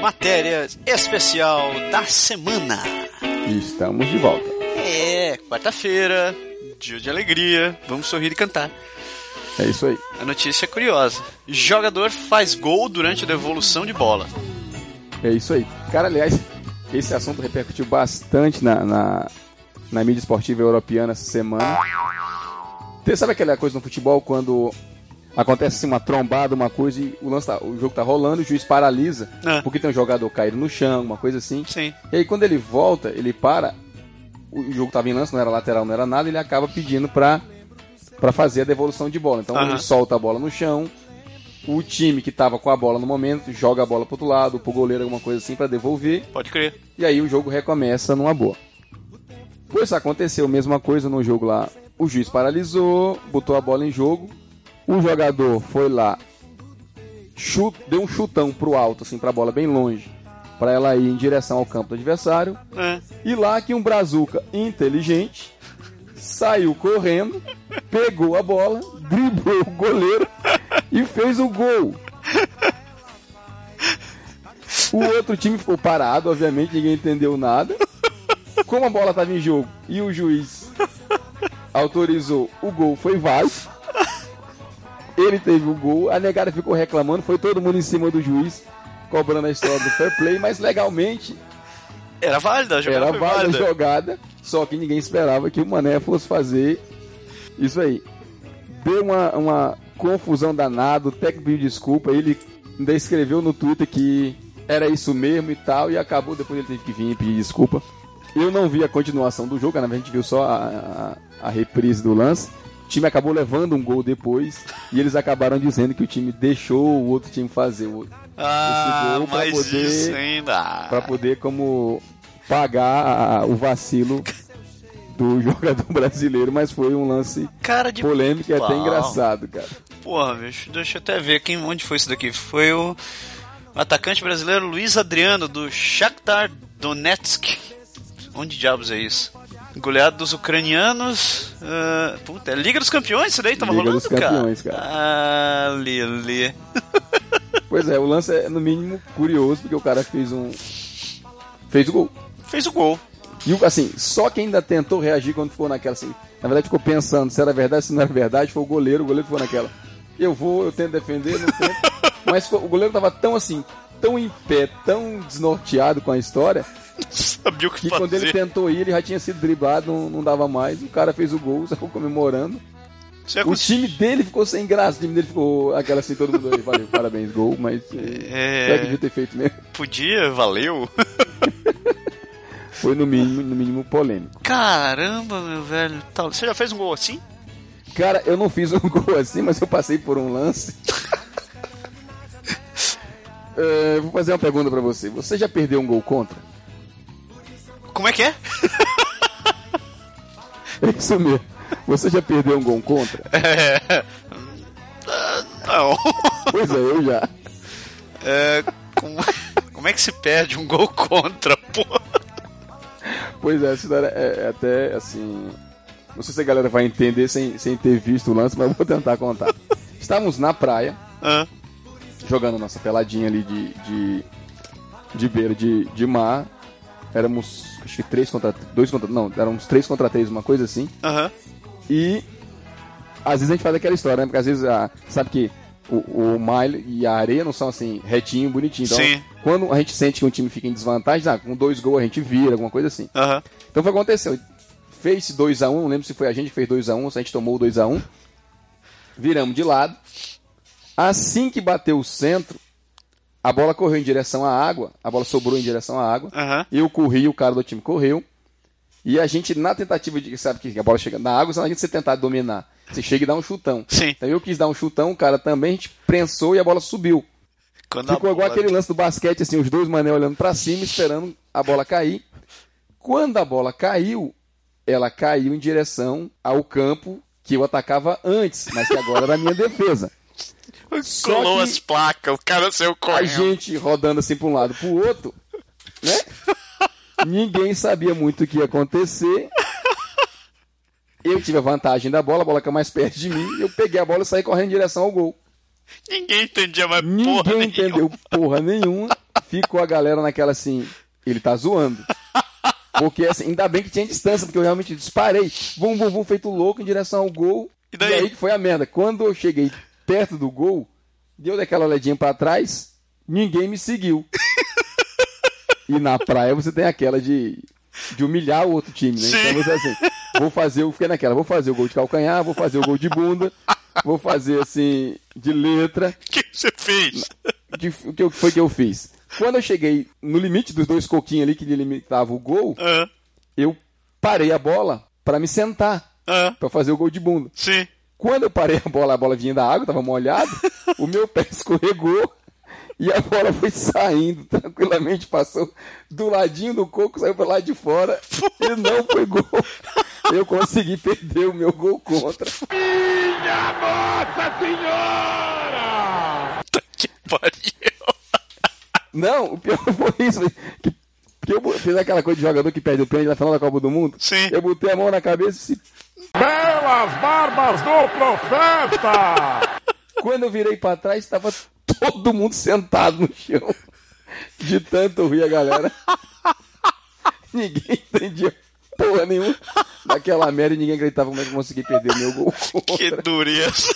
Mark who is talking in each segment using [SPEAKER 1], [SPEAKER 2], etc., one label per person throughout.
[SPEAKER 1] Matéria especial da semana.
[SPEAKER 2] E estamos de volta.
[SPEAKER 1] É, quarta-feira, dia de alegria, vamos sorrir e cantar.
[SPEAKER 2] É isso aí.
[SPEAKER 1] A notícia é curiosa. Jogador faz gol durante a devolução de bola.
[SPEAKER 2] É isso aí. Cara, aliás, esse assunto repercutiu bastante na, na, na mídia esportiva europeia essa semana. Você sabe aquela coisa no futebol quando acontece assim, uma trombada, uma coisa, e o, lance tá- o jogo tá rolando, o juiz paralisa,
[SPEAKER 1] Ah.
[SPEAKER 2] porque tem um jogador caído no chão, uma coisa assim.
[SPEAKER 1] Sim.
[SPEAKER 2] E aí quando ele volta, ele para, o jogo tava em lance, não era lateral, não era nada, ele acaba pedindo pra, pra fazer a devolução de bola. Então
[SPEAKER 1] Aham.
[SPEAKER 2] ele solta a bola no chão, o time que tava com a bola no momento joga a bola pro outro lado, pro goleiro, alguma coisa assim pra devolver,
[SPEAKER 1] Pode crer.
[SPEAKER 2] e aí o jogo recomeça numa boa. Pois aconteceu a mesma coisa no jogo lá. O juiz paralisou, botou a bola em jogo. O jogador foi lá, chu- deu um chutão pro alto, assim, pra bola bem longe, pra ela ir em direção ao campo do adversário.
[SPEAKER 1] É.
[SPEAKER 2] E lá que um brazuca inteligente saiu correndo, pegou a bola, driblou o goleiro e fez o gol. O outro time ficou parado, obviamente, ninguém entendeu nada. Como a bola estava em jogo e o juiz autorizou, o gol foi válido. Ele teve o gol, a negada ficou reclamando, foi todo mundo em cima do juiz, cobrando a história do fair play, mas legalmente
[SPEAKER 1] Era válida, a jogada
[SPEAKER 2] era
[SPEAKER 1] foi
[SPEAKER 2] várias
[SPEAKER 1] válida.
[SPEAKER 2] jogada, só que ninguém esperava que o Mané fosse fazer isso aí. Deu uma, uma confusão danada, o técnico pediu desculpa, ele ainda escreveu no Twitter que era isso mesmo e tal, e acabou, depois ele teve que vir e pedir desculpa. Eu não vi a continuação do jogo, na verdade a gente viu só a, a, a reprise do lance. O time acabou levando um gol depois e eles acabaram dizendo que o time deixou o outro time fazer. o-
[SPEAKER 1] Ah,
[SPEAKER 2] Esse gol pra
[SPEAKER 1] mas
[SPEAKER 2] poder-
[SPEAKER 1] isso ainda.
[SPEAKER 2] Pra poder como pagar a- o vacilo do jogador brasileiro, mas foi um lance
[SPEAKER 1] Cara de
[SPEAKER 2] polêmico e é até
[SPEAKER 1] pau.
[SPEAKER 2] engraçado, cara.
[SPEAKER 1] Porra, bicho, deixa eu até ver quem, onde foi isso daqui. Foi o atacante brasileiro Luiz Adriano, do Shakhtar Donetsk. Onde diabos é isso? Goleado dos ucranianos. ah, puta, é Liga dos Campeões isso daí? Tava
[SPEAKER 2] Liga
[SPEAKER 1] rolando,
[SPEAKER 2] dos Campeões, cara.
[SPEAKER 1] Ah, Lele.
[SPEAKER 2] Pois é, o lance é no mínimo curioso porque o cara fez um fez o gol.
[SPEAKER 1] Fez o gol.
[SPEAKER 2] E o- assim, só quem ainda tentou reagir quando ficou naquela assim, na verdade ficou pensando se era verdade, se não era verdade, foi o goleiro, o goleiro ficou naquela. Eu vou, eu tento defender, não tento. Mas foi- o goleiro tava tão assim, tão em pé, tão desnorteado com a história,
[SPEAKER 1] Sabia o que,
[SPEAKER 2] Que
[SPEAKER 1] fazer.
[SPEAKER 2] quando ele tentou ir, ele já tinha sido driblado, não, não dava mais. O cara fez o gol, saiu comemorando.
[SPEAKER 1] Isso é
[SPEAKER 2] O
[SPEAKER 1] com-
[SPEAKER 2] time dele ficou sem graça, o time dele ficou aquela assim, todo mundo aí, valeu, parabéns, gol, mas é... será
[SPEAKER 1] É,
[SPEAKER 2] que devia ter feito mesmo?
[SPEAKER 1] podia, valeu.
[SPEAKER 2] Foi no mínimo, no mínimo polêmico.
[SPEAKER 1] Caramba, meu velho. Tá, Você já fez um gol assim?
[SPEAKER 2] Cara, eu não fiz um gol assim, mas eu passei por um lance. É, vou fazer uma pergunta pra você. Você já perdeu um gol contra?
[SPEAKER 1] Como é que é?
[SPEAKER 2] É isso mesmo. Você já perdeu um gol contra?
[SPEAKER 1] É. Ah, Não.
[SPEAKER 2] Pois é, eu já.
[SPEAKER 1] É, como, como é que se perde um gol contra, pô?
[SPEAKER 2] Pois é, essa história é, é até assim. Não sei se a galera vai entender sem, sem ter visto o lance, mas eu vou tentar contar. Estávamos na praia,
[SPEAKER 1] Ah,
[SPEAKER 2] jogando nossa peladinha ali de, de, de beira de, de mar. Éramos, acho que três contra. dois contra. Não, éramos três contra três, uma coisa assim.
[SPEAKER 1] Aham.
[SPEAKER 2] E às vezes a gente faz aquela história, né? Porque às vezes a, sabe que o, o milho e a areia não são assim, retinho, bonitinho. Então,
[SPEAKER 1] Sim.
[SPEAKER 2] quando a gente sente que um time fica em desvantagem, ah, com dois gols a gente vira, alguma coisa assim.
[SPEAKER 1] aham.
[SPEAKER 2] Então foi o que aconteceu. Fez 2x1, não lembro se foi a gente que fez 2x1, se a gente tomou 2x1. Viramos de lado. Assim que bateu o centro, a bola correu em direção à água. A bola sobrou em direção à água.
[SPEAKER 1] Aham.
[SPEAKER 2] Eu corri, o cara do time correu. E a gente, na tentativa de. Sabe que a bola chega na água, senão a gente se tentar dominar. Você chega e dá um chutão.
[SPEAKER 1] Sim.
[SPEAKER 2] Então eu quis dar um chutão, o cara também, a gente prensou e a bola subiu.
[SPEAKER 1] Quando a
[SPEAKER 2] Ficou igual
[SPEAKER 1] bola-
[SPEAKER 2] aquele lance do basquete, assim, os dois mané olhando pra cima, esperando a bola cair. Quando a bola caiu, ela caiu em direção ao campo que eu atacava antes, mas que agora era a minha defesa. Só
[SPEAKER 1] Colou
[SPEAKER 2] que-
[SPEAKER 1] as placas, o cara saiu
[SPEAKER 2] A
[SPEAKER 1] correndo.
[SPEAKER 2] gente rodando assim pra um lado pro outro, né? Ninguém sabia muito o que ia acontecer. Eu tive a vantagem da bola, a bola caiu mais perto de mim, eu peguei a bola e saí correndo em direção ao gol.
[SPEAKER 1] Ninguém entendia mais porra
[SPEAKER 2] Ninguém
[SPEAKER 1] nenhuma.
[SPEAKER 2] entendeu porra nenhuma. ficou a galera naquela assim, ele tá zoando. Porque assim, ainda bem que tinha distância, porque eu realmente disparei, bum, bum, bum, feito louco em direção ao gol.
[SPEAKER 1] E
[SPEAKER 2] E,
[SPEAKER 1] daí?
[SPEAKER 2] aí que foi a merda. Quando eu cheguei perto do gol, deu daquela olhadinha pra trás, ninguém me seguiu. e na praia você tem aquela de, de humilhar o outro time, né?
[SPEAKER 1] Sim.
[SPEAKER 2] Então você assim, vou fazer, eu fiquei naquela, vou fazer o gol de calcanhar, vou fazer o gol de bunda, vou fazer assim, de letra
[SPEAKER 1] O que você fez?
[SPEAKER 2] de- o que eu- foi que eu fiz? Quando eu cheguei no limite dos dois coquinhos ali que limitava o gol,
[SPEAKER 1] Ah,
[SPEAKER 2] eu parei a bola pra me sentar,
[SPEAKER 1] ah,
[SPEAKER 2] pra fazer o gol de bunda.
[SPEAKER 1] sim.
[SPEAKER 2] Quando eu parei a bola, a bola vinha da água, tava molhado, o meu pé escorregou e a bola foi saindo tranquilamente, passou do ladinho do coco, saiu pro lado de fora e não foi gol. Eu consegui perder o meu gol contra.
[SPEAKER 1] Puta que pariu.
[SPEAKER 2] Não, o pior foi isso. Que, que eu bo- fiz aquela coisa de jogador que perde o pênalti na final da Copa do Mundo.
[SPEAKER 1] Sim.
[SPEAKER 2] Eu botei a mão na cabeça e disse,
[SPEAKER 3] Belas barbas do profeta!
[SPEAKER 2] quando eu virei pra trás, tava todo mundo sentado no chão. De tanto eu rir a galera. Ninguém entendia porra nenhuma daquela merda e ninguém acreditava como é que eu consegui perder o meu gol.
[SPEAKER 1] Que dureza.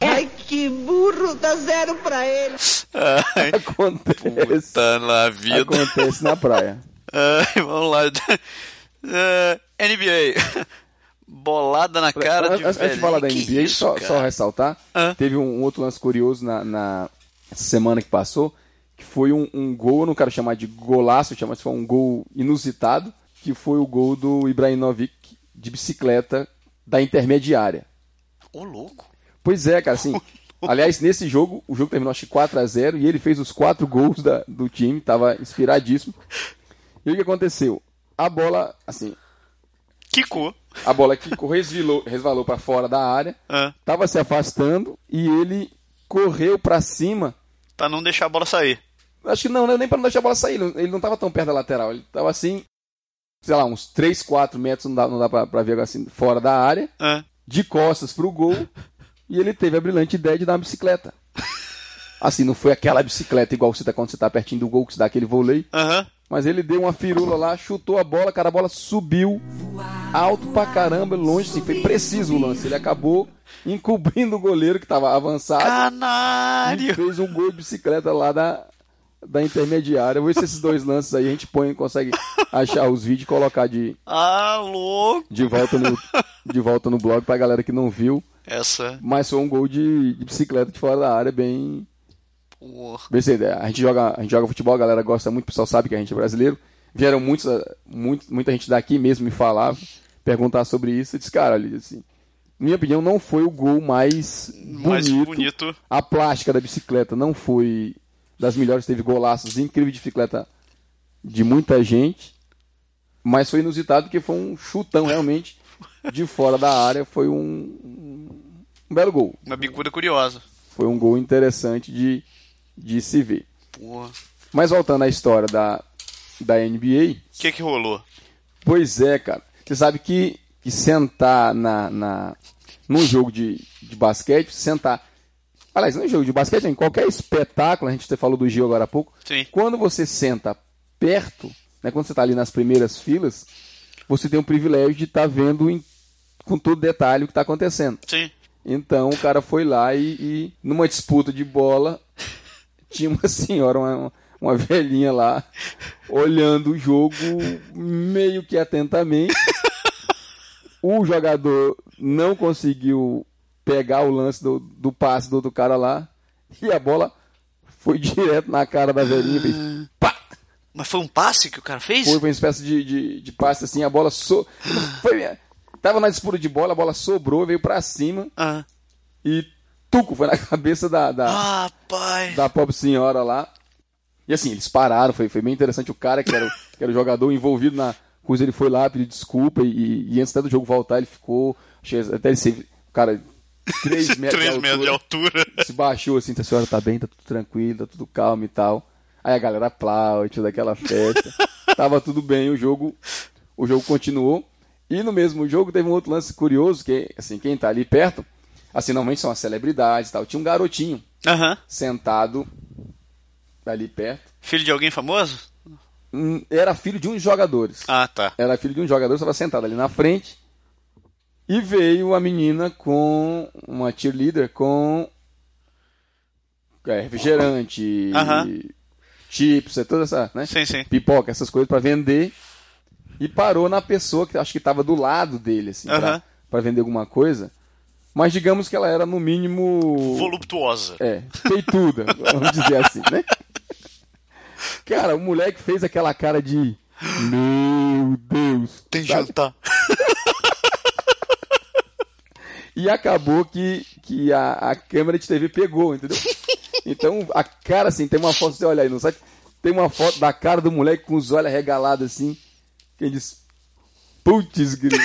[SPEAKER 4] Ai, que burro, dá zero pra ele.
[SPEAKER 1] Ai,
[SPEAKER 2] Acontece.
[SPEAKER 1] tá na vida.
[SPEAKER 2] Acontece na praia.
[SPEAKER 1] Ai, vamos lá. Ah, NBA. Bolada na cara
[SPEAKER 2] Antes-
[SPEAKER 1] de
[SPEAKER 2] antes, antes de falar da
[SPEAKER 1] velhinho. Que
[SPEAKER 2] NBA,
[SPEAKER 1] isso,
[SPEAKER 2] só,
[SPEAKER 1] cara?
[SPEAKER 2] só ressaltar,
[SPEAKER 1] Ah.
[SPEAKER 2] teve um outro lance curioso na, na semana que passou, que foi um, um gol, eu não quero chamar de golaço, chama se foi um gol inusitado, que foi o gol do Ibrahimovic de bicicleta da intermediária.
[SPEAKER 1] Ô, louco.
[SPEAKER 2] Pois é, cara, assim. Aliás, nesse jogo, o jogo terminou acho que 4x0 e ele fez os quatro gols da- do time, tava inspiradíssimo. E o que aconteceu? A bola, assim,
[SPEAKER 1] Kiko.
[SPEAKER 2] a bola que resvalou, resvalou para fora da área
[SPEAKER 1] Ah,
[SPEAKER 2] tava se afastando e ele correu pra cima.
[SPEAKER 1] pra não deixar a bola sair.
[SPEAKER 2] Acho que não, né? nem pra não deixar a bola sair. Ele não tava tão perto da lateral. Ele tava assim, sei lá, uns 3, 4 metros, não dá, não dá pra, pra ver assim, fora da área,
[SPEAKER 1] Ah,
[SPEAKER 2] de costas pro gol. E ele teve a brilhante ideia de dar uma bicicleta. Assim, não foi aquela bicicleta igual você tá quando você tá pertinho do gol, que você dá aquele vôlei.
[SPEAKER 1] Aham.
[SPEAKER 2] Mas ele deu uma firula lá, chutou a bola, cara, a bola subiu alto pra caramba, longe, assim, foi preciso o lance. Ele acabou encobrindo o goleiro que tava avançado. E
[SPEAKER 1] Canário.
[SPEAKER 2] fez um gol de bicicleta lá da, da intermediária. Vou ver se esses dois lances aí a gente põe, consegue achar os vídeos e colocar de,
[SPEAKER 1] Ah, louco.
[SPEAKER 2] de, volta no, de volta no blog pra galera que não viu.
[SPEAKER 1] Essa.
[SPEAKER 2] Mas foi um gol de, de bicicleta de fora da área, bem.
[SPEAKER 1] Porra.
[SPEAKER 2] bem cedo. a, gente joga, a gente joga futebol, a galera gosta muito, o pessoal sabe que a gente é brasileiro. Vieram muitos, ah, muito, muita gente daqui mesmo me falar, perguntar sobre isso. Eu disse, cara, olha, assim, minha opinião não foi o gol mais
[SPEAKER 1] Mais
[SPEAKER 2] bonito
[SPEAKER 1] bonito.
[SPEAKER 2] a plástica da bicicleta não foi das melhores, teve golaços incríveis de bicicleta de muita gente, mas foi inusitado porque foi um chutão realmente de fora da área, foi um, um belo gol.
[SPEAKER 1] Uma bicuda curiosa.
[SPEAKER 2] Foi um gol interessante de, de se ver.
[SPEAKER 1] Porra.
[SPEAKER 2] Mas voltando à história da, da NBA,
[SPEAKER 1] O que que rolou?
[SPEAKER 2] Pois é, cara. Você sabe que, que sentar na, na, num jogo de, de basquete, sentar. Aliás, num jogo de basquete, em qualquer espetáculo, a gente até falou do Gil agora há pouco.
[SPEAKER 1] Sim.
[SPEAKER 2] Quando você senta perto, né, quando você está ali nas primeiras filas, você tem o privilégio de estar vendo em- com todo detalhe o que está acontecendo.
[SPEAKER 1] Sim.
[SPEAKER 2] Então o cara foi lá e, e, numa disputa de bola, tinha uma senhora, uma, uma velhinha lá, olhando o jogo meio que atentamente. O jogador não conseguiu pegar o lance do, do passe do outro cara lá e a bola foi direto na cara da velhinha. Fez pá!
[SPEAKER 1] Mas foi um passe que o cara fez?
[SPEAKER 2] Foi uma espécie de, de, de passe assim, a bola so... foi, tava na disputa de bola, a bola sobrou, veio pra cima
[SPEAKER 1] Ah.
[SPEAKER 2] e tuco foi na cabeça da, da,
[SPEAKER 1] Ah, pai.
[SPEAKER 2] da pobre senhora lá. E assim, eles pararam, foi, foi bem interessante. O cara que era, o- que era o jogador envolvido na coisa, ele foi lá, pediu desculpa e, e antes até do jogo voltar, ele ficou. achei- Até ele se. Cara, 3 metros, de
[SPEAKER 1] Três metros de
[SPEAKER 2] altura,
[SPEAKER 1] altura.
[SPEAKER 2] Se baixou assim, a senhora tá bem, tá tudo tranquilo, tá tudo calmo e tal. Aí a galera aplaude, toda aquela festa. Tava tudo bem, o jogo, o jogo continuou. E no mesmo jogo teve um outro lance curioso, que assim, quem tá ali perto, assim, normalmente são as celebridades e tal. Tinha um garotinho
[SPEAKER 1] Aham.
[SPEAKER 2] sentado ali perto.
[SPEAKER 1] Filho de alguém famoso?
[SPEAKER 2] Hum, Era filho de um dos jogadores.
[SPEAKER 1] Ah, tá.
[SPEAKER 2] Era filho de um jogador, estava sentado ali na frente. E veio a menina com uma cheerleader com é, refrigerante,
[SPEAKER 1] Aham.
[SPEAKER 2] chips, é toda essa, né?
[SPEAKER 1] Sim, sim.
[SPEAKER 2] pipoca, essas coisas para vender. E parou na pessoa que acho que estava do lado dele, assim,
[SPEAKER 1] Aham.
[SPEAKER 2] para vender alguma coisa. Mas digamos que ela era no mínimo
[SPEAKER 1] Voluptuosa.
[SPEAKER 2] é, peituda, vamos dizer assim, né? Cara, o moleque fez aquela cara de. Meu Deus!
[SPEAKER 1] Tem
[SPEAKER 2] sabe?
[SPEAKER 1] jantar.
[SPEAKER 2] E acabou que, que a, a câmera de TV pegou, entendeu? Então, a cara, assim, tem uma foto, você olha aí no site, tem uma foto da cara do moleque com os olhos regalados, assim, que ele diz, putz, grilo,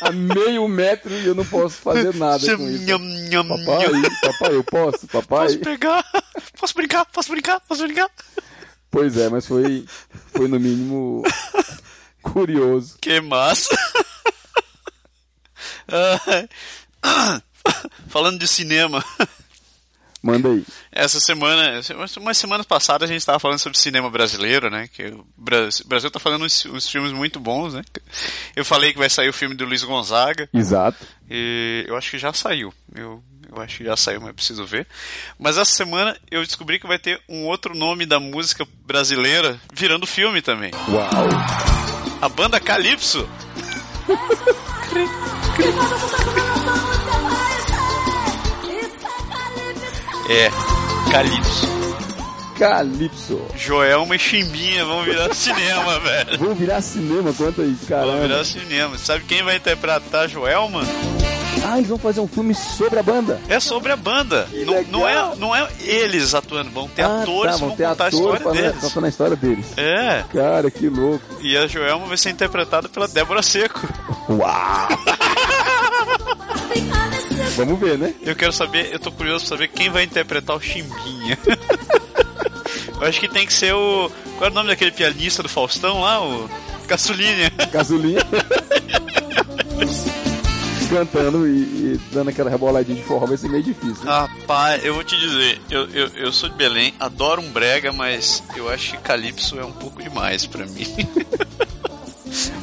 [SPEAKER 2] a meio metro e eu não posso fazer nada com isso.
[SPEAKER 1] Nham, nham,
[SPEAKER 2] Papai,
[SPEAKER 1] nham.
[SPEAKER 2] papai, eu posso, papai?
[SPEAKER 1] é um Posso pegar? Posso brincar? Posso brincar? Posso brincar?
[SPEAKER 2] Pois é, mas foi, foi no mínimo curioso.
[SPEAKER 1] Que massa! Ah, Falando de cinema,
[SPEAKER 2] Manda aí.
[SPEAKER 1] essa semana, umas semanas passadas a gente estava falando sobre cinema brasileiro, né? Que o Bra- o Brasil tá fazendo uns, uns filmes muito bons, né? Eu falei que vai sair o filme do Luiz Gonzaga,
[SPEAKER 2] Exato.
[SPEAKER 1] e eu acho que já saiu. Eu, eu acho que já saiu, mas preciso ver. Mas essa semana eu descobri que vai ter um outro nome da música brasileira virando filme também.
[SPEAKER 2] Uau.
[SPEAKER 1] A banda Calypso. É, Calypso.
[SPEAKER 2] Calypso.
[SPEAKER 1] Joelma e Chimbinha vão virar cinema, velho.
[SPEAKER 2] Vou virar cinema, conta aí,
[SPEAKER 1] Vão
[SPEAKER 2] caramba.
[SPEAKER 1] virar cinema. Sabe quem vai interpretar a Joelma?
[SPEAKER 2] Ah, eles vão fazer um filme sobre a banda.
[SPEAKER 1] É sobre a banda.
[SPEAKER 2] Que
[SPEAKER 1] Não, não
[SPEAKER 2] legal.
[SPEAKER 1] é, não é eles atuando, vão ter
[SPEAKER 2] ah,
[SPEAKER 1] atores
[SPEAKER 2] tá,
[SPEAKER 1] que
[SPEAKER 2] vão
[SPEAKER 1] vão
[SPEAKER 2] ter
[SPEAKER 1] contar a
[SPEAKER 2] atores
[SPEAKER 1] história
[SPEAKER 2] falando-
[SPEAKER 1] deles.
[SPEAKER 2] contando a história deles.
[SPEAKER 1] É,
[SPEAKER 2] Cara, que louco.
[SPEAKER 1] e a Joelma vai ser interpretada pela Débora Seco.
[SPEAKER 2] Uau. Vamos ver, né?
[SPEAKER 1] Eu quero saber, eu tô curioso pra saber quem vai interpretar o Chimbinha. eu acho que tem que ser o. Qual é o nome daquele pianista do Faustão lá? O. Caçulinha.
[SPEAKER 2] Casulinha. Cantando e, e dando aquela reboladinha de forró vai ser meio difícil. né?
[SPEAKER 1] Rapaz, eu vou te dizer, eu, eu, eu sou de Belém, adoro um brega, mas eu acho que Calypso é um pouco demais pra mim. Ah.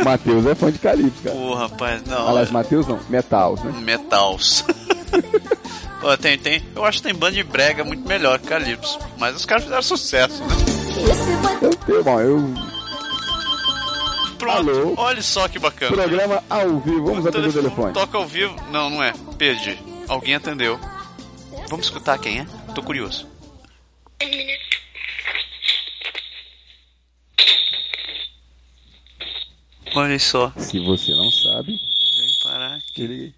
[SPEAKER 2] Matheus é fã de Calypso, cara.
[SPEAKER 1] Pô, rapaz, não.
[SPEAKER 2] Aliás, Matheus não, Metal, né?
[SPEAKER 1] Metals. Ó, tem, tem. Eu acho que tem banda de brega muito melhor que Calypso. Mas os caras fizeram sucesso, né?
[SPEAKER 2] Eu tenho, bom, eu.
[SPEAKER 1] Pronto,
[SPEAKER 2] Alô?
[SPEAKER 1] olha só que bacana.
[SPEAKER 2] Programa ao vivo, vamos atender o telefone.
[SPEAKER 1] Toca ao vivo. Não, não é. Perdi. Alguém atendeu. Vamos escutar quem é? Tô curioso. Olha só.
[SPEAKER 2] Se você não sabe,
[SPEAKER 1] Vem parar.
[SPEAKER 2] ele.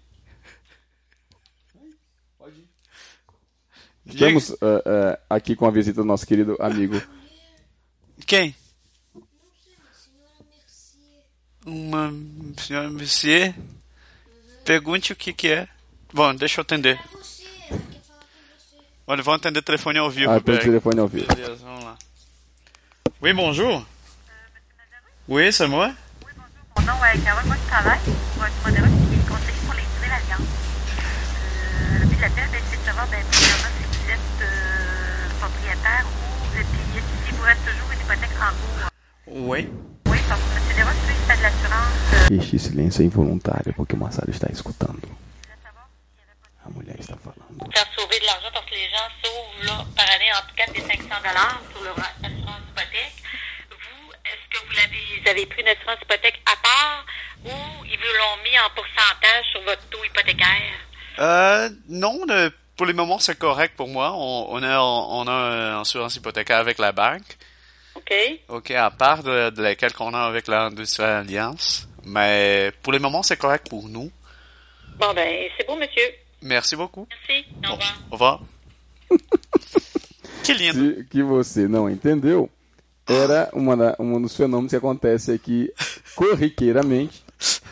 [SPEAKER 1] Diga-
[SPEAKER 2] Estamos eh, eh, aqui com a visita do nosso querido amigo.
[SPEAKER 1] Quem? Uma senhora Mercier. Pergunte o que que é. Bom, deixa eu atender. Olha, vamos atender o telefone ao vivo,
[SPEAKER 2] Ah, pelo
[SPEAKER 1] Berg.
[SPEAKER 2] telefone ao vivo.
[SPEAKER 1] Beleza, vamos lá. Oui, bonjour. Oui, c'est moi.
[SPEAKER 5] Mon nom est Carole, moi je travaille pour un modèle qui est conseiller pour les dîners la viande. Euh, le but de l'appel, ben, c'est de savoir ben, premièrement, si vous êtes euh, propriétaire ou euh, puis, si vous reste toujours une hypothèque en cours.
[SPEAKER 1] Oui.
[SPEAKER 5] Oui, donc considérez que c'est de l'assurance. Euh,
[SPEAKER 2] Este silêncio é involuntário porque o Marcelo está escutando. A mulher está falando.
[SPEAKER 5] faire sauver de l'argent parce que les gens sauvent là, par année entre 4 et 500 dollars pour leur assurance hypothèque. Vous, est-ce que vous, l'avez, vous avez pris une assurance hypothèque à part ou ils vous l'ont mis en pourcentage sur votre taux hypothécaire?
[SPEAKER 1] Euh, non, le- pour le moment, c'est correct pour moi. On, on a, on a une assurance hypothécaire avec la banque.
[SPEAKER 5] OK.
[SPEAKER 1] OK, à part de, de laquelle qu'on a avec l'Industrielle Alliance. Mais pour le moment, c'est correct pour nous.
[SPEAKER 5] Bon, ben, c'est beau, monsieur.
[SPEAKER 1] Merci beaucoup.
[SPEAKER 5] Merci. Au revoir.
[SPEAKER 1] Au revoir. que lindo.
[SPEAKER 2] Se que você não entendeu, era uma da- um dos fenômenos que acontece aqui corriqueiramente.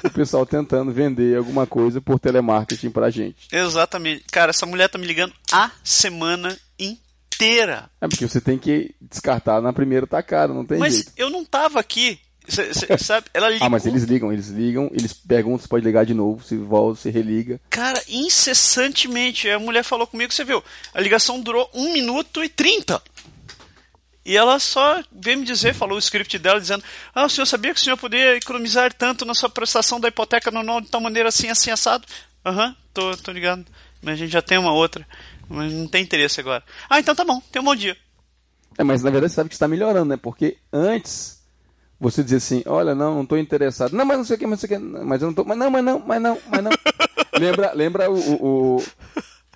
[SPEAKER 2] O pessoal tentando vender alguma coisa por telemarketing pra gente.
[SPEAKER 1] Exatamente. Cara, essa mulher tá me ligando a semana inteira.
[SPEAKER 2] É porque você tem que descartar na primeira tacada, não tem
[SPEAKER 1] Mas
[SPEAKER 2] jeito.
[SPEAKER 1] eu não tava aqui. Cê- cê- sabe? Ela ligou,
[SPEAKER 2] Ah, mas eles ligam, eles ligam, eles perguntam se pode ligar de novo, se volta, se religa.
[SPEAKER 1] cara, um incessantemente. A mulher falou comigo, você viu, a ligação durou 1 minuto e 30. E ela só veio me dizer, falou o script dela, dizendo: Ah, o senhor sabia que o senhor poderia economizar tanto na sua prestação da hipoteca normal de tal maneira assim, assim, assado? Aham, tô, tô ligado. Mas a gente já tem uma outra. Mas não tem interesse agora. Ah, então tá bom, tem um bom dia.
[SPEAKER 2] É, mas na verdade você sabe que está melhorando, né? Porque antes você dizia assim, olha, não, não estou interessado. Não, mas não sei o que, mas não sei o que, mas eu não tô. Mas não, mas não, mas não, mas não. lembra lembra o, o- o-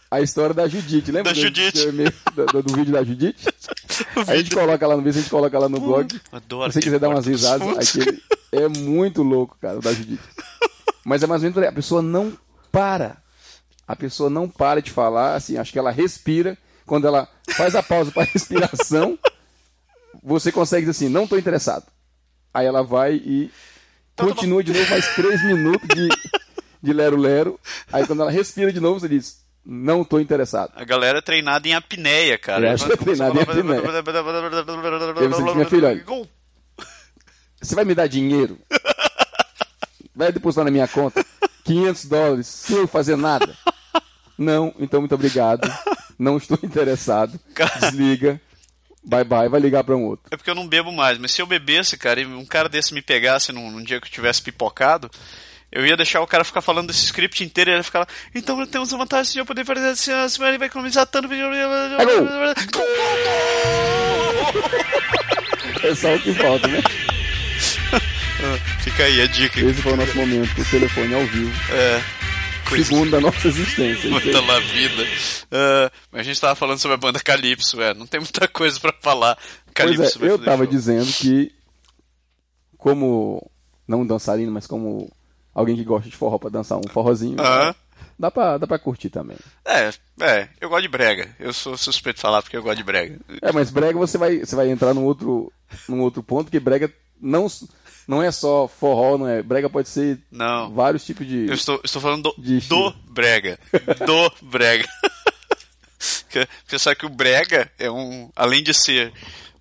[SPEAKER 2] a história da Judite, lembra?
[SPEAKER 1] Da
[SPEAKER 2] do-
[SPEAKER 1] Judite.
[SPEAKER 2] do e-mail- do, do- do vídeo da Judite?
[SPEAKER 1] O
[SPEAKER 2] A gente
[SPEAKER 1] vídeo-
[SPEAKER 2] coloca lá no vídeo, a gente coloca lá no blog.
[SPEAKER 1] Adoro
[SPEAKER 2] Se você
[SPEAKER 1] aquele
[SPEAKER 2] quiser dar umas
[SPEAKER 1] corte dos
[SPEAKER 2] risadas,
[SPEAKER 1] fundos.
[SPEAKER 2] aquele é muito louco, cara, o da Judite. Mas é mais ou menos por aí. A pessoa não para. A pessoa não para de falar, assim, acho que ela respira. Quando ela faz a pausa para respiração, você consegue dizer assim, não estou interessado. Aí ela vai e
[SPEAKER 1] Então tá
[SPEAKER 2] continua de novo mais três minutos de, de lero-lero. Aí quando ela respira de novo, você diz, não estou interessado.
[SPEAKER 1] A galera é treinada em apneia, cara.
[SPEAKER 2] Eu acho que é treinada em apneia. Eu sei que minha filha, olha.
[SPEAKER 1] Gol.
[SPEAKER 2] Você vai me dar dinheiro? Vai depositar na minha conta 500 dólares sem eu fazer nada? Não, então muito obrigado. Não estou interessado. Desliga. Bye bye, vai ligar para um outro.
[SPEAKER 1] É porque eu não bebo mais, mas se eu bebesse, cara, e um cara desse me pegasse num, num dia que eu tivesse pipocado, eu ia deixar o cara ficar falando desse script inteiro e ele ia ficar lá. Então temos a vantagem de eu poder fazer assim, a senhora vai economizar tanto.
[SPEAKER 2] É só o que falta, né?
[SPEAKER 1] Fica aí a dica.
[SPEAKER 2] Esse foi o nosso momento, o telefone ao vivo,
[SPEAKER 1] É, coisa
[SPEAKER 2] segundo da nossa existência.
[SPEAKER 1] Banda La Vida. Ah, mas a gente tava falando sobre a banda Calypso, é. Não tem muita coisa pra falar.
[SPEAKER 2] Pois
[SPEAKER 1] Calypso
[SPEAKER 2] é,
[SPEAKER 1] vai
[SPEAKER 2] eu
[SPEAKER 1] fazer
[SPEAKER 2] tava
[SPEAKER 1] show.
[SPEAKER 2] dizendo que como não um dançarino, mas como alguém que gosta de forró para dançar um forrozinho,
[SPEAKER 1] Aham.
[SPEAKER 2] dá para dá para curtir também.
[SPEAKER 1] É, é, eu gosto de brega. Eu sou suspeito de falar porque eu gosto de brega.
[SPEAKER 2] É, mas brega você vai, você vai entrar num outro, num outro ponto, porque brega não, não é só forró, não é? Brega pode ser
[SPEAKER 1] Não.
[SPEAKER 2] vários tipos de...
[SPEAKER 1] Eu estou, estou falando do,
[SPEAKER 2] De
[SPEAKER 1] do
[SPEAKER 2] estilo.
[SPEAKER 1] brega. Do brega. Que- Pensar que o brega é um. Além de ser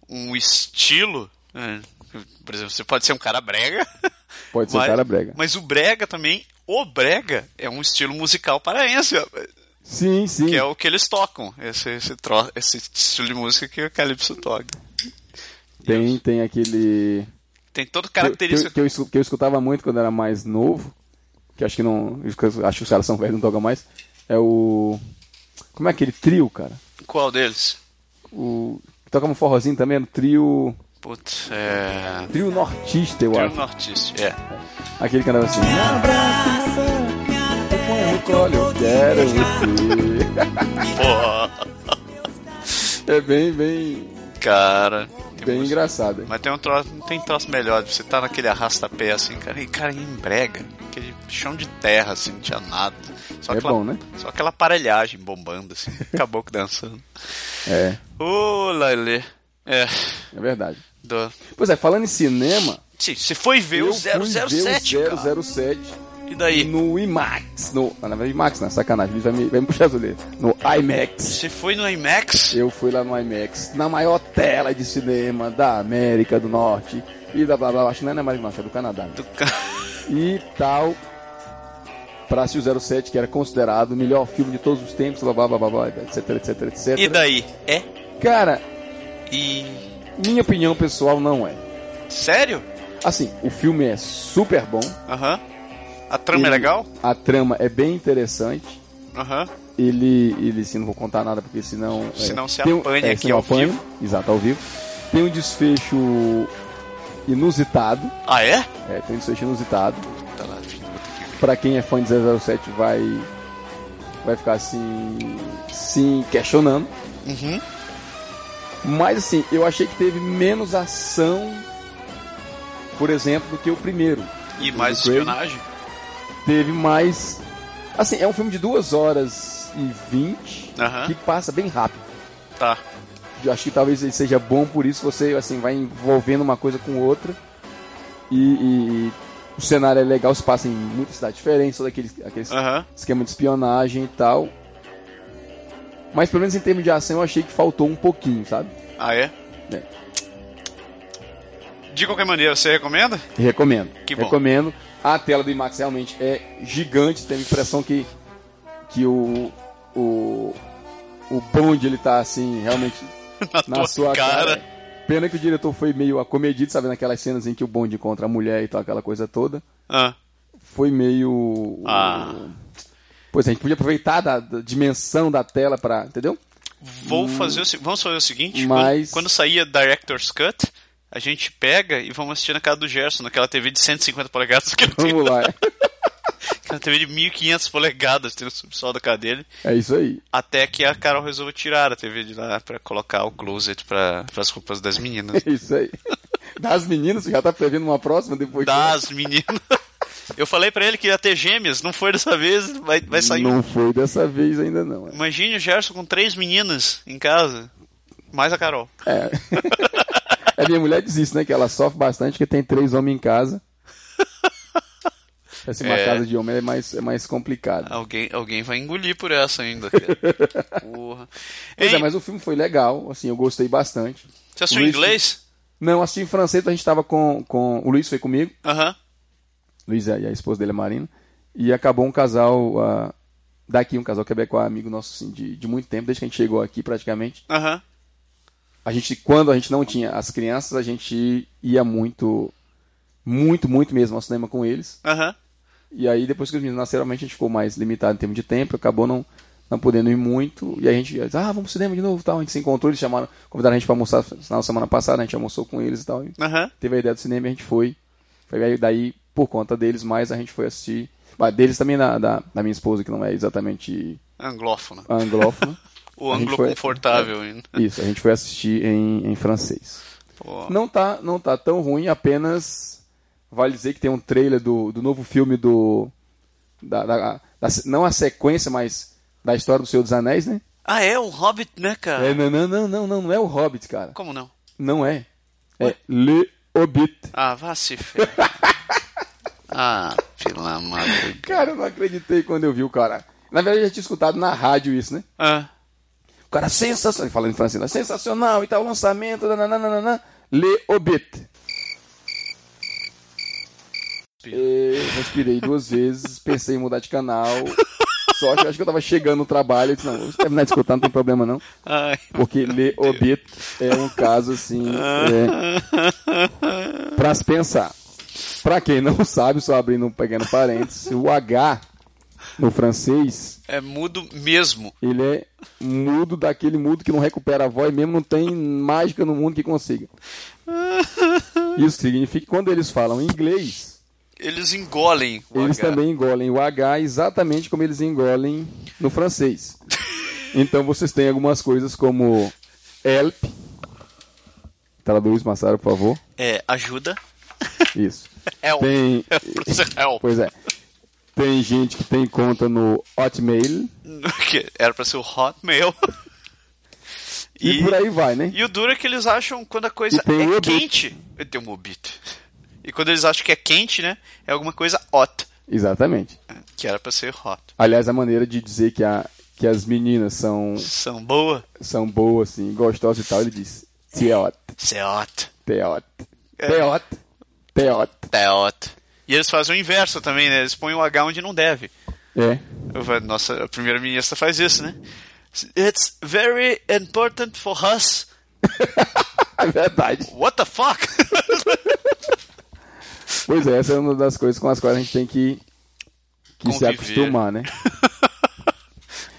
[SPEAKER 1] um estilo. é, Por exemplo, você pode ser um cara brega.
[SPEAKER 2] Pode ser um cara brega.
[SPEAKER 1] Mas o brega também. O brega é um estilo musical paraense. ó.
[SPEAKER 2] Sim, sim.
[SPEAKER 1] Que é o que eles tocam, esse, esse, tro- esse estilo de música que o Calypso toca.
[SPEAKER 2] Tem, tem aquele...
[SPEAKER 1] Tem todo
[SPEAKER 2] que eu- Que, eu-
[SPEAKER 1] característica.
[SPEAKER 2] que eu, escu- que eu escutava muito quando era mais novo, que acho que não... Acho que os caras são velhos, não tocam mais. É o... Como é aquele trio, cara?
[SPEAKER 1] Qual deles?
[SPEAKER 2] O... Toca um forrozinho também, era o trio...
[SPEAKER 1] Putz, é.
[SPEAKER 2] Trio Nortista, eu
[SPEAKER 1] Trio
[SPEAKER 2] acho.
[SPEAKER 1] Nortista, é.
[SPEAKER 2] Aquele que andava assim... Me abraça, eu recolho, eu quero você...
[SPEAKER 1] Pô,
[SPEAKER 2] É bem, bem,
[SPEAKER 1] cara. que
[SPEAKER 2] bem
[SPEAKER 1] música.
[SPEAKER 2] engraçado.
[SPEAKER 1] É Mas tem um troço, não tem troço melhor. Você tá naquele arrasta-pé assim, cara, e cara, em brega. Aquele chão de terra, assim, não tinha nada. Só
[SPEAKER 2] É
[SPEAKER 1] aquela,
[SPEAKER 2] bom, né?
[SPEAKER 1] Só aquela aparelhagem bombando, assim, caboclo dançando.
[SPEAKER 2] É,
[SPEAKER 1] Ô, Lale. É,
[SPEAKER 2] é verdade.
[SPEAKER 1] do...
[SPEAKER 2] Pois é, falando em cinema,
[SPEAKER 1] Sim, você foi ver
[SPEAKER 2] eu
[SPEAKER 1] o
[SPEAKER 2] fui ver
[SPEAKER 1] 007,
[SPEAKER 2] o
[SPEAKER 1] cara.
[SPEAKER 2] 007
[SPEAKER 1] E daí?
[SPEAKER 2] no IMAX. No, ah, não, não é IMAX, não, sacanagem, ele vai me, vai me puxar as orelhas. No IMAX.
[SPEAKER 1] Você foi no IMAX?
[SPEAKER 2] Eu fui lá no IMAX, na maior tela de cinema da América do Norte. E blá blá blá, acho que não é na América do Norte, é do Canadá. né?
[SPEAKER 1] Do ca-
[SPEAKER 2] E tal. Pra assistir o 07, que era considerado o melhor filme de todos os tempos, blá blá blá blá, blá etc, etc, etc.
[SPEAKER 1] E daí? É?
[SPEAKER 2] Cara,
[SPEAKER 1] E.
[SPEAKER 2] minha opinião pessoal não é.
[SPEAKER 1] Sério?
[SPEAKER 2] Assim, o filme é super bom.
[SPEAKER 1] Aham. A trama é
[SPEAKER 2] Ele-
[SPEAKER 1] legal?
[SPEAKER 2] A trama é bem interessante.
[SPEAKER 1] Aham.
[SPEAKER 2] Ele, ele assim, não vou contar nada porque senão. é,
[SPEAKER 1] Senão se
[SPEAKER 2] tem um-
[SPEAKER 1] apanha aqui
[SPEAKER 2] senão
[SPEAKER 1] ao
[SPEAKER 2] apanha. Exato, ao vivo. Tem um desfecho inusitado.
[SPEAKER 1] Ah, é?
[SPEAKER 2] É, tem um desfecho inusitado.
[SPEAKER 1] Puta Tá lá, filho, vou ter que ver.
[SPEAKER 2] Pra quem é fã de 007 vai. Vai ficar assim. Se questionando.
[SPEAKER 1] Uhum.
[SPEAKER 2] Mas assim, eu achei que teve menos ação, por exemplo, do que o primeiro.
[SPEAKER 1] E mais
[SPEAKER 2] Craig.
[SPEAKER 1] espionagem?
[SPEAKER 2] teve mais. Assim, é um filme de 2 horas e 20
[SPEAKER 1] Aham.
[SPEAKER 2] que passa bem rápido.
[SPEAKER 1] Tá.
[SPEAKER 2] Eu acho que talvez ele seja bom por isso, você assim vai envolvendo uma coisa com outra. E, e- e o cenário é legal, se passa em muitas cidades diferentes, todo aquele, aquele
[SPEAKER 1] Aham.
[SPEAKER 2] esquema de espionagem e tal. Mas pelo menos em termos de ação eu achei que faltou um pouquinho, sabe?
[SPEAKER 1] Ah, é? De qualquer maneira, você recomenda?
[SPEAKER 2] Recomendo.
[SPEAKER 1] Que bom.
[SPEAKER 2] Recomendo. A tela do IMAX realmente é gigante. Tem a impressão que, que o, o, o bonde ele tá assim, realmente
[SPEAKER 1] Na
[SPEAKER 2] na
[SPEAKER 1] tua
[SPEAKER 2] sua
[SPEAKER 1] cara.
[SPEAKER 2] cara. Pena que o diretor foi meio acomedido, sabe, naquelas cenas em que o Bond encontra a mulher e tal, aquela coisa toda.
[SPEAKER 1] Ah,
[SPEAKER 2] Foi meio.
[SPEAKER 1] Ah.
[SPEAKER 2] Pois é, a gente podia aproveitar da, da dimensão da tela pra. Entendeu?
[SPEAKER 1] vou fazer o, se- vamos fazer o seguinte,
[SPEAKER 2] Hum. Mas-
[SPEAKER 1] quando, quando sair a Director's Cut, a gente pega e vamos assistir na casa do Gerson, naquela TV de 150 polegadas que ele tem,
[SPEAKER 2] Vamos lá.
[SPEAKER 1] aquela TV de 1500 polegadas tem no subsolo da casa dele,
[SPEAKER 2] É isso aí.
[SPEAKER 1] até que a Carol resolva tirar a TV de lá pra colocar o closet para as roupas das meninas.
[SPEAKER 2] É isso aí. Das meninas, você já tá prevendo uma próxima depois que-
[SPEAKER 1] Das meninas. Eu falei pra ele que ia ter gêmeas, não foi dessa vez, vai, vai sair
[SPEAKER 2] Não foi dessa vez ainda, não. é.
[SPEAKER 1] Imagine o Gerson com três meninas em casa, mais a Carol.
[SPEAKER 2] É. a minha mulher diz isso, né? Que ela sofre bastante porque tem três homens em casa. Assim, uma
[SPEAKER 1] É. Ah,
[SPEAKER 2] casa de homem é mais, é mais complicado.
[SPEAKER 1] Alguém, alguém vai engolir por essa ainda, cara. Porra.
[SPEAKER 2] Pois
[SPEAKER 1] Ei,
[SPEAKER 2] é, mas o filme foi legal, assim, eu gostei bastante.
[SPEAKER 1] Você assistiu em
[SPEAKER 2] Luiz-
[SPEAKER 1] inglês?
[SPEAKER 2] Não, assisti em francês, a gente tava com, com... O Luiz foi comigo,
[SPEAKER 1] Aham.
[SPEAKER 2] Luiz é, e a e a esposa dele, a Marina, e acabou um casal ah, daqui, um casal quebecois, amigo nosso, assim, de, de muito tempo, desde que a gente chegou aqui, praticamente.
[SPEAKER 1] Aham.
[SPEAKER 2] a gente quando a gente não tinha as crianças a gente ia muito muito muito mesmo ao cinema com eles
[SPEAKER 1] Aham.
[SPEAKER 2] e aí depois que os meninos nasceram realmente a gente ficou mais limitado em termos de tempo acabou não não podendo ir muito e a gente ia, ah vamos pro cinema de novo e tal a gente se encontrou eles chamaram convidaram a gente para almoçar no final de semana passada a gente almoçou com eles e tal e
[SPEAKER 1] Aham.
[SPEAKER 2] teve a ideia do cinema e a gente foi foi aí daí por conta deles mais a gente foi assistir ah, deles também da, da, da minha esposa que não é exatamente
[SPEAKER 1] Anglófona.
[SPEAKER 2] anglófona
[SPEAKER 1] O
[SPEAKER 2] A gente
[SPEAKER 1] anglo
[SPEAKER 2] foi-
[SPEAKER 1] confortável ainda.
[SPEAKER 2] isso a gente foi assistir em, em francês
[SPEAKER 1] Pô.
[SPEAKER 2] Não tá, não tá tão ruim, apenas vale dizer que tem um trailer do, do novo filme do. Da, da- da- não a sequência, mas da história do Senhor dos Anéis, né?
[SPEAKER 1] Ah, é o Hobbit, né, cara?
[SPEAKER 2] É, não, não, não, não, não, não é o Hobbit, cara.
[SPEAKER 1] Como não?
[SPEAKER 2] Não é. É Le Hobbit.
[SPEAKER 1] Ah, vá se ferrar. ah, pela amada.
[SPEAKER 2] Cara, eu não acreditei quando eu vi o cara. Na verdade, eu já tinha escutado na rádio isso, né?
[SPEAKER 1] Ah,
[SPEAKER 2] O cara sensacional, falando em francês, né? sensacional e tal, lançamento, nananana, Le Hobbit. E Eh, respirei duas vezes, pensei em mudar de canal. Só que eu acho que eu tava chegando no trabalho. Eu disse, não, vou terminar de escutar, não tem problema não.
[SPEAKER 1] ai.
[SPEAKER 2] Porque Le Hobbit é um caso assim. É, pra se pensar. Pra quem não sabe, só abrindo um pequeno parênteses, o H no francês
[SPEAKER 1] É mudo mesmo.
[SPEAKER 2] ele é mudo daquele mudo que não recupera a voz mesmo, não tem mágica no mundo que consiga. Isso significa que quando eles falam inglês,
[SPEAKER 1] Eles engolem o
[SPEAKER 2] eles
[SPEAKER 1] H.
[SPEAKER 2] também engolem o H exatamente como eles engolem no francês. Então vocês têm algumas coisas como help. Traduz, Massaro, por favor.
[SPEAKER 1] É, ajuda.
[SPEAKER 2] Isso.
[SPEAKER 1] Help.
[SPEAKER 2] Tem.
[SPEAKER 1] um Help.
[SPEAKER 2] Pois é. Tem gente que tem conta no Hotmail
[SPEAKER 1] Que era pra ser o Hotmail.
[SPEAKER 2] e,
[SPEAKER 1] E,
[SPEAKER 2] por aí vai, né?
[SPEAKER 1] e o duro é que eles acham quando a coisa
[SPEAKER 2] E tem o
[SPEAKER 1] é
[SPEAKER 2] Obit.
[SPEAKER 1] quente. Eu tenho um obit. E quando eles acham que é quente, né? É alguma coisa hot.
[SPEAKER 2] Exatamente.
[SPEAKER 1] Que era pra ser hot.
[SPEAKER 2] Aliás, a maneira de dizer que, a, que as meninas são,
[SPEAKER 1] São boa,
[SPEAKER 2] são boas, assim, gostosas e tal, ele diz teot,
[SPEAKER 1] cê é hot.
[SPEAKER 2] teot, teot, teot.
[SPEAKER 1] É hot. E eles fazem o inverso também, né? Eles põem o H onde não deve.
[SPEAKER 2] É,
[SPEAKER 1] Eu falei, Nossa, a primeira-ministra faz isso, né? It's very important for us.
[SPEAKER 2] é verdade.
[SPEAKER 1] What the fuck?
[SPEAKER 2] Pois é, essa é uma das coisas com as quais a gente tem que, que se
[SPEAKER 1] Conviver.
[SPEAKER 2] acostumar, né?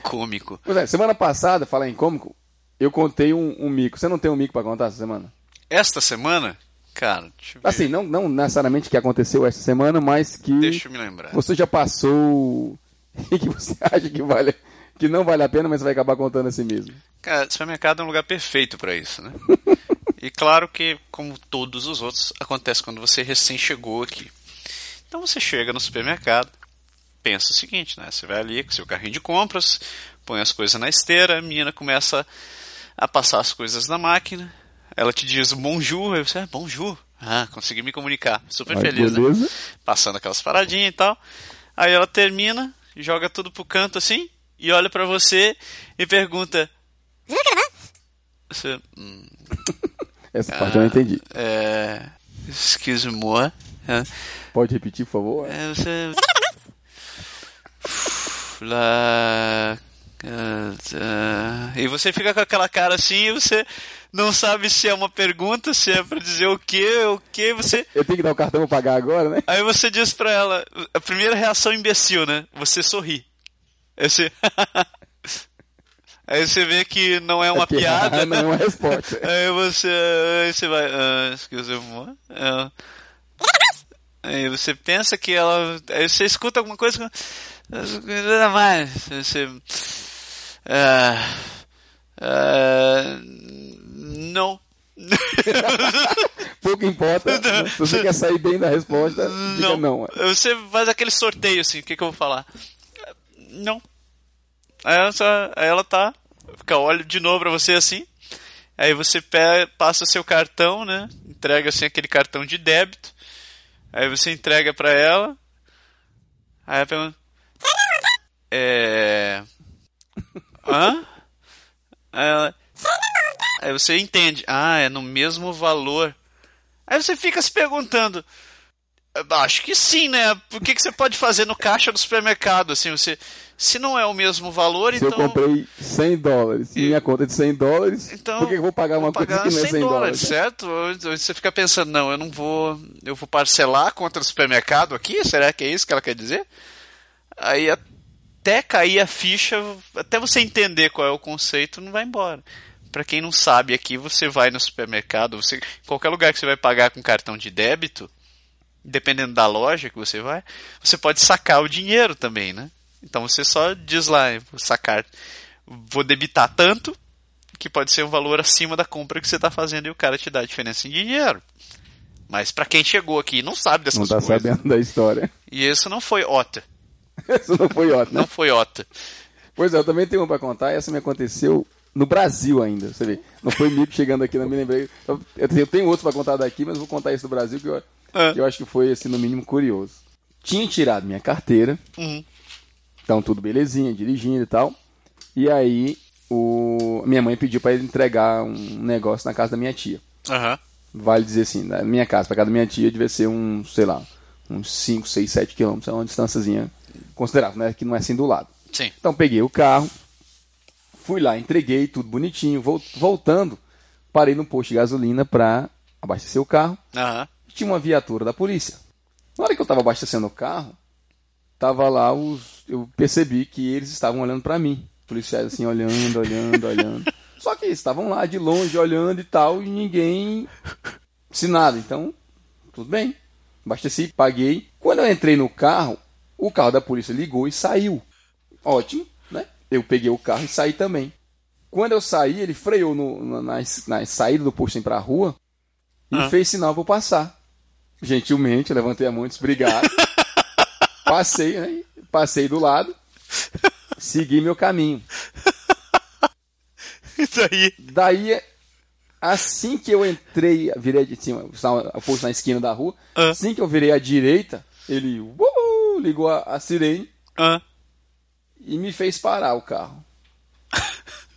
[SPEAKER 1] Cômico.
[SPEAKER 2] Pois é, semana passada, falar em cômico, eu contei um, um mico. Você não tem um mico pra contar essa semana?
[SPEAKER 1] Esta semana, cara, deixa eu ver.
[SPEAKER 2] Assim, não, não necessariamente que aconteceu essa semana, mas que
[SPEAKER 1] Deixa eu me lembrar.
[SPEAKER 2] você já passou e que você acha que, vale, que não vale a pena, mas vai acabar contando assim mesmo.
[SPEAKER 1] Cara, supermercado é um lugar perfeito pra isso, né? e claro que, como todos os outros, acontece quando você recém chegou aqui. Então você chega no supermercado, pensa o seguinte, né? Você vai ali com seu carrinho de compras, põe as coisas na esteira, a menina começa a passar as coisas na máquina, ela te diz bonjour, aí você, ah, bonjour. Ah, consegui me comunicar. Super
[SPEAKER 2] Ai,
[SPEAKER 1] feliz, né?
[SPEAKER 2] beleza.
[SPEAKER 1] passando aquelas paradinhas e tal. Aí ela termina, joga tudo pro canto assim, e olha pra você e pergunta: Você, hum,
[SPEAKER 2] Essa parte
[SPEAKER 1] Ah.
[SPEAKER 2] eu não entendi.
[SPEAKER 1] é. Excuse-moi. é,
[SPEAKER 2] Pode repetir, por favor?
[SPEAKER 1] é, Você. La Ah, ah, E você fica com aquela cara assim e você não sabe se é uma pergunta, se é pra dizer o quê, o quê, você.
[SPEAKER 2] Eu tenho que dar o cartão pra pagar agora, né?
[SPEAKER 1] Aí você diz pra ela, a primeira reação imbecil, né? Você sorri. Aí você. Aí você vê que não é uma
[SPEAKER 2] Porque, ah,
[SPEAKER 1] piada,
[SPEAKER 2] não
[SPEAKER 1] né?
[SPEAKER 2] é uma resposta.
[SPEAKER 1] Aí você. Aí você vai. ah, excuse me. ah. Aí você pensa que ela. Aí você escuta alguma coisa. Nada mais. Você. ah, ah, não.
[SPEAKER 2] Pouco importa.
[SPEAKER 1] Não.
[SPEAKER 2] Se você quer sair bem da resposta, diga não. é.
[SPEAKER 1] Você faz aquele sorteio assim, o que, que eu vou falar? Não. Aí ela, só- aí ela tá, fica olha de novo pra você assim. Aí você pe- passa seu cartão, né? Entrega assim aquele cartão de débito. Aí você entrega pra ela. Aí ela pergunta: É. Hã? Aí ela. Aí você entende. Ah, é no mesmo valor. Aí você fica se perguntando. Acho que sim, né? O que, que você pode fazer no caixa do supermercado? Assim, você, se não é o mesmo valor,
[SPEAKER 2] Se eu
[SPEAKER 1] então.
[SPEAKER 2] comprei 100 dólares e minha conta é de 100 dólares,
[SPEAKER 1] Então,
[SPEAKER 2] por que eu vou pagar uma
[SPEAKER 1] vou pagar
[SPEAKER 2] coisa que não é
[SPEAKER 1] 100 dólares, certo? Ou- ou Você fica pensando, não, eu não vou, eu vou parcelar contra o supermercado aqui? Será que é isso que ela quer dizer? Aí até cair a ficha, até você entender qual é o conceito, não vai embora. Pra quem não sabe, aqui você vai no supermercado, você qualquer lugar que você vai pagar com cartão de débito, dependendo da loja que você vai, você pode sacar o dinheiro também, né? Então você só diz lá, "Eu vou sacar, vou debitar tanto, que pode ser um valor acima da compra que você está fazendo e o cara te dá a diferença em dinheiro. Mas para quem chegou aqui e não sabe dessas
[SPEAKER 2] Não tá
[SPEAKER 1] coisas,
[SPEAKER 2] sabendo da história.
[SPEAKER 1] e isso não foi OTA,
[SPEAKER 2] Isso não foi ótimo.
[SPEAKER 1] não
[SPEAKER 2] né?
[SPEAKER 1] foi OTA.
[SPEAKER 2] Pois é, eu também tenho uma pra contar. Essa me aconteceu no Brasil ainda, você vê. Não foi comigo chegando aqui, não me lembrei. Eu eu tenho outro pra contar daqui, mas vou contar esse do Brasil que eu,
[SPEAKER 1] Ah.
[SPEAKER 2] que eu acho que foi, assim, no mínimo curioso. Tinha tirado minha carteira,
[SPEAKER 1] Uhum.
[SPEAKER 2] Então tudo belezinha, dirigindo e tal. E aí o minha mãe pediu pra ele entregar um negócio na casa da minha tia.
[SPEAKER 1] Aham.
[SPEAKER 2] Vale dizer assim, da minha casa pra casa da minha tia devia ser um, sei lá, uns 5, 6, 7 quilômetros, é uma distânciazinha considerável, né? Que não é assim do lado.
[SPEAKER 1] Sim.
[SPEAKER 2] Então peguei o carro, fui lá, entreguei tudo bonitinho, vol- voltando, parei no posto de gasolina pra abastecer o carro
[SPEAKER 1] Aham.
[SPEAKER 2] tinha uma viatura da polícia. Na hora que eu tava abastecendo o carro, tava lá os. Eu percebi que eles estavam olhando pra mim. Os policiais assim, olhando, olhando, olhando. Só que eles estavam lá de longe, olhando e tal, e ninguém se nada. Então, tudo bem. Abasteci, paguei. Quando eu entrei no carro, o carro da polícia ligou e saiu. Ótimo, né? Eu peguei o carro e saí também. Quando eu saí, ele freou no- na, na- na saída do posto para a rua e
[SPEAKER 1] Ah.
[SPEAKER 2] fez sinal para eu passar. Gentilmente, eu levantei a mão e disse, obrigado. passei, né? Passei do lado, segui meu caminho.
[SPEAKER 1] E daí?
[SPEAKER 2] Daí, assim que eu entrei, virei de cima, estava a posto na esquina da rua,
[SPEAKER 1] Ah.
[SPEAKER 2] assim que eu virei à direita, ele "Uou!", ligou a, a sirene
[SPEAKER 1] Ah.
[SPEAKER 2] e me fez parar o carro.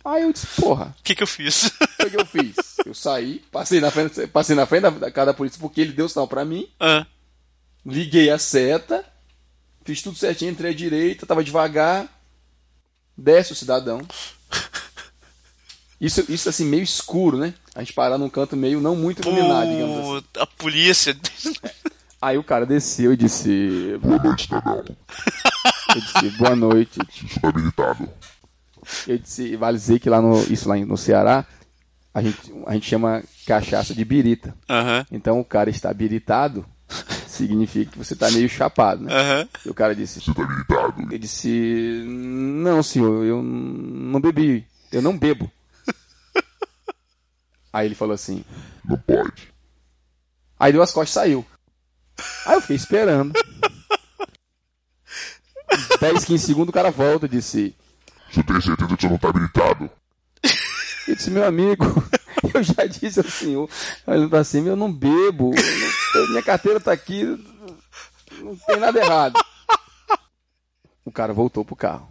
[SPEAKER 2] Aí eu disse, porra,
[SPEAKER 1] O que, que eu fiz?
[SPEAKER 2] o que, que eu fiz? Eu saí, passei na frente, passei na frente da, da casa da polícia porque ele deu sinal pra mim,
[SPEAKER 1] ah.
[SPEAKER 2] liguei a seta, fiz tudo certinho, entrei à direita, tava devagar, desce o cidadão. Isso, isso assim, meio escuro, né? A gente parar num canto meio não muito iluminado, digamos assim.
[SPEAKER 1] Puta, a polícia.
[SPEAKER 2] Aí o cara desceu e disse. Boa noite, cidadão. Eu disse, boa noite. Eu disse, vale dizer que lá no. Isso lá em- no Ceará, a gente, a gente chama cachaça de birita.
[SPEAKER 1] Aham.
[SPEAKER 2] Então o cara está biritado, significa que você está meio chapado, né?
[SPEAKER 1] Aham.
[SPEAKER 2] E o cara disse. Você tá biritado? Eu disse. Não, senhor, eu n- não bebi. Eu não bebo. Aí ele falou assim.
[SPEAKER 3] Não pode.
[SPEAKER 2] Aí deu as costas e saiu. Aí eu fiquei esperando. 10, 15 segundos o cara volta e disse.
[SPEAKER 3] Você tem certeza que você não tá habilitado?
[SPEAKER 2] Eu disse, meu amigo, eu já disse ao senhor, olhando pra cima, eu não bebo. eu não- eu- minha carteira tá aqui. Não tem nada errado. O cara voltou pro carro.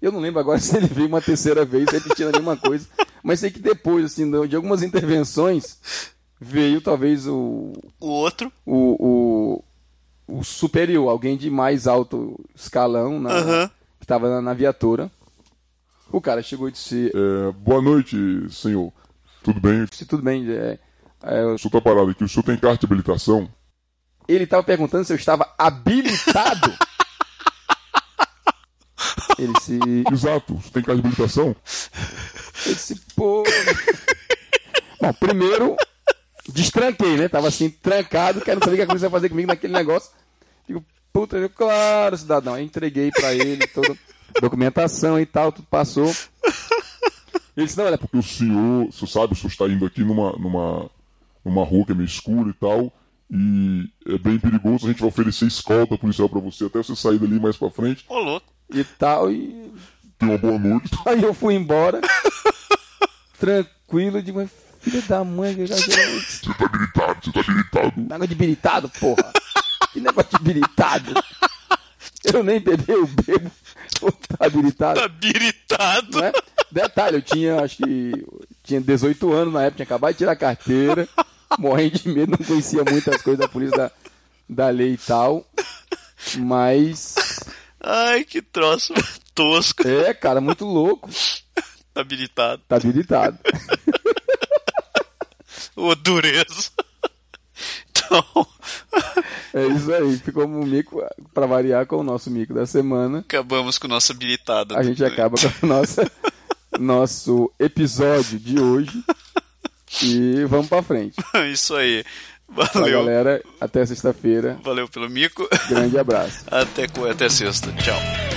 [SPEAKER 2] Eu não lembro agora se ele veio uma terceira vez repetindo a mesma coisa. Mas sei que depois, assim, de algumas intervenções, veio talvez o,
[SPEAKER 1] O outro.
[SPEAKER 2] o, o, o superior, alguém de mais alto escalão, né?
[SPEAKER 1] Aham.
[SPEAKER 2] que tava na, na viatura. O cara chegou e disse:
[SPEAKER 3] É, boa noite, senhor. Tudo bem?
[SPEAKER 2] disse, Tudo bem, é, é, eu-
[SPEAKER 3] O senhor tá parado aqui. O senhor tem carta de habilitação?
[SPEAKER 2] Ele tava perguntando se eu estava habilitado. Ele se. Ele
[SPEAKER 3] Exato. O senhor tem carta de habilitação?
[SPEAKER 2] se. Pô. Bom, primeiro, destranquei, né? Tava assim, trancado, querendo saber o que a polícia vai fazer comigo naquele negócio. Digo, puta, eu, claro, cidadão. Aí entreguei pra ele toda a documentação e tal, tudo passou. Ele disse, não, olha,
[SPEAKER 3] Porque o senhor, você sabe, o senhor está indo aqui numa, numa, numa rua que é meio escura e tal, e é bem perigoso, a gente vai oferecer escolta policial pra você até você sair dali mais pra frente.
[SPEAKER 1] Ô, louco.
[SPEAKER 2] e tal, e
[SPEAKER 3] Tenha uma boa noite.
[SPEAKER 2] Aí eu fui embora, tranquilo, de uma filha da mãe, que eu já
[SPEAKER 3] Você tá habilitado, você tá habilitado.
[SPEAKER 2] Água de biritado, porra. Que negócio de biritado? Eu nem bebi, eu bebo. Tô Tá biritado,
[SPEAKER 1] Tá biritado.
[SPEAKER 2] não é? Detalhe, eu tinha, acho que, tinha 18 anos na época, tinha acabado de tirar a carteira, morrendo de medo, não conhecia muitas coisas da polícia, da, da lei e tal. Mas,
[SPEAKER 1] Ai, que troço tosco.
[SPEAKER 2] é, cara, muito louco.
[SPEAKER 1] Tá habilitado.
[SPEAKER 2] Tá biritado.
[SPEAKER 1] Ô, dureza. Então,
[SPEAKER 2] É isso aí, ficou um mico pra variar com o nosso mico da semana.
[SPEAKER 1] acabamos com o nosso habilitado.
[SPEAKER 2] A gente acaba com o nosso, nosso episódio de hoje e vamos pra frente.
[SPEAKER 1] Isso aí.
[SPEAKER 2] Tá,
[SPEAKER 1] Valeu.
[SPEAKER 2] galera, até sexta-feira.
[SPEAKER 1] Valeu pelo mico.
[SPEAKER 2] Grande abraço.
[SPEAKER 1] Até, co- até sexta. Tchau.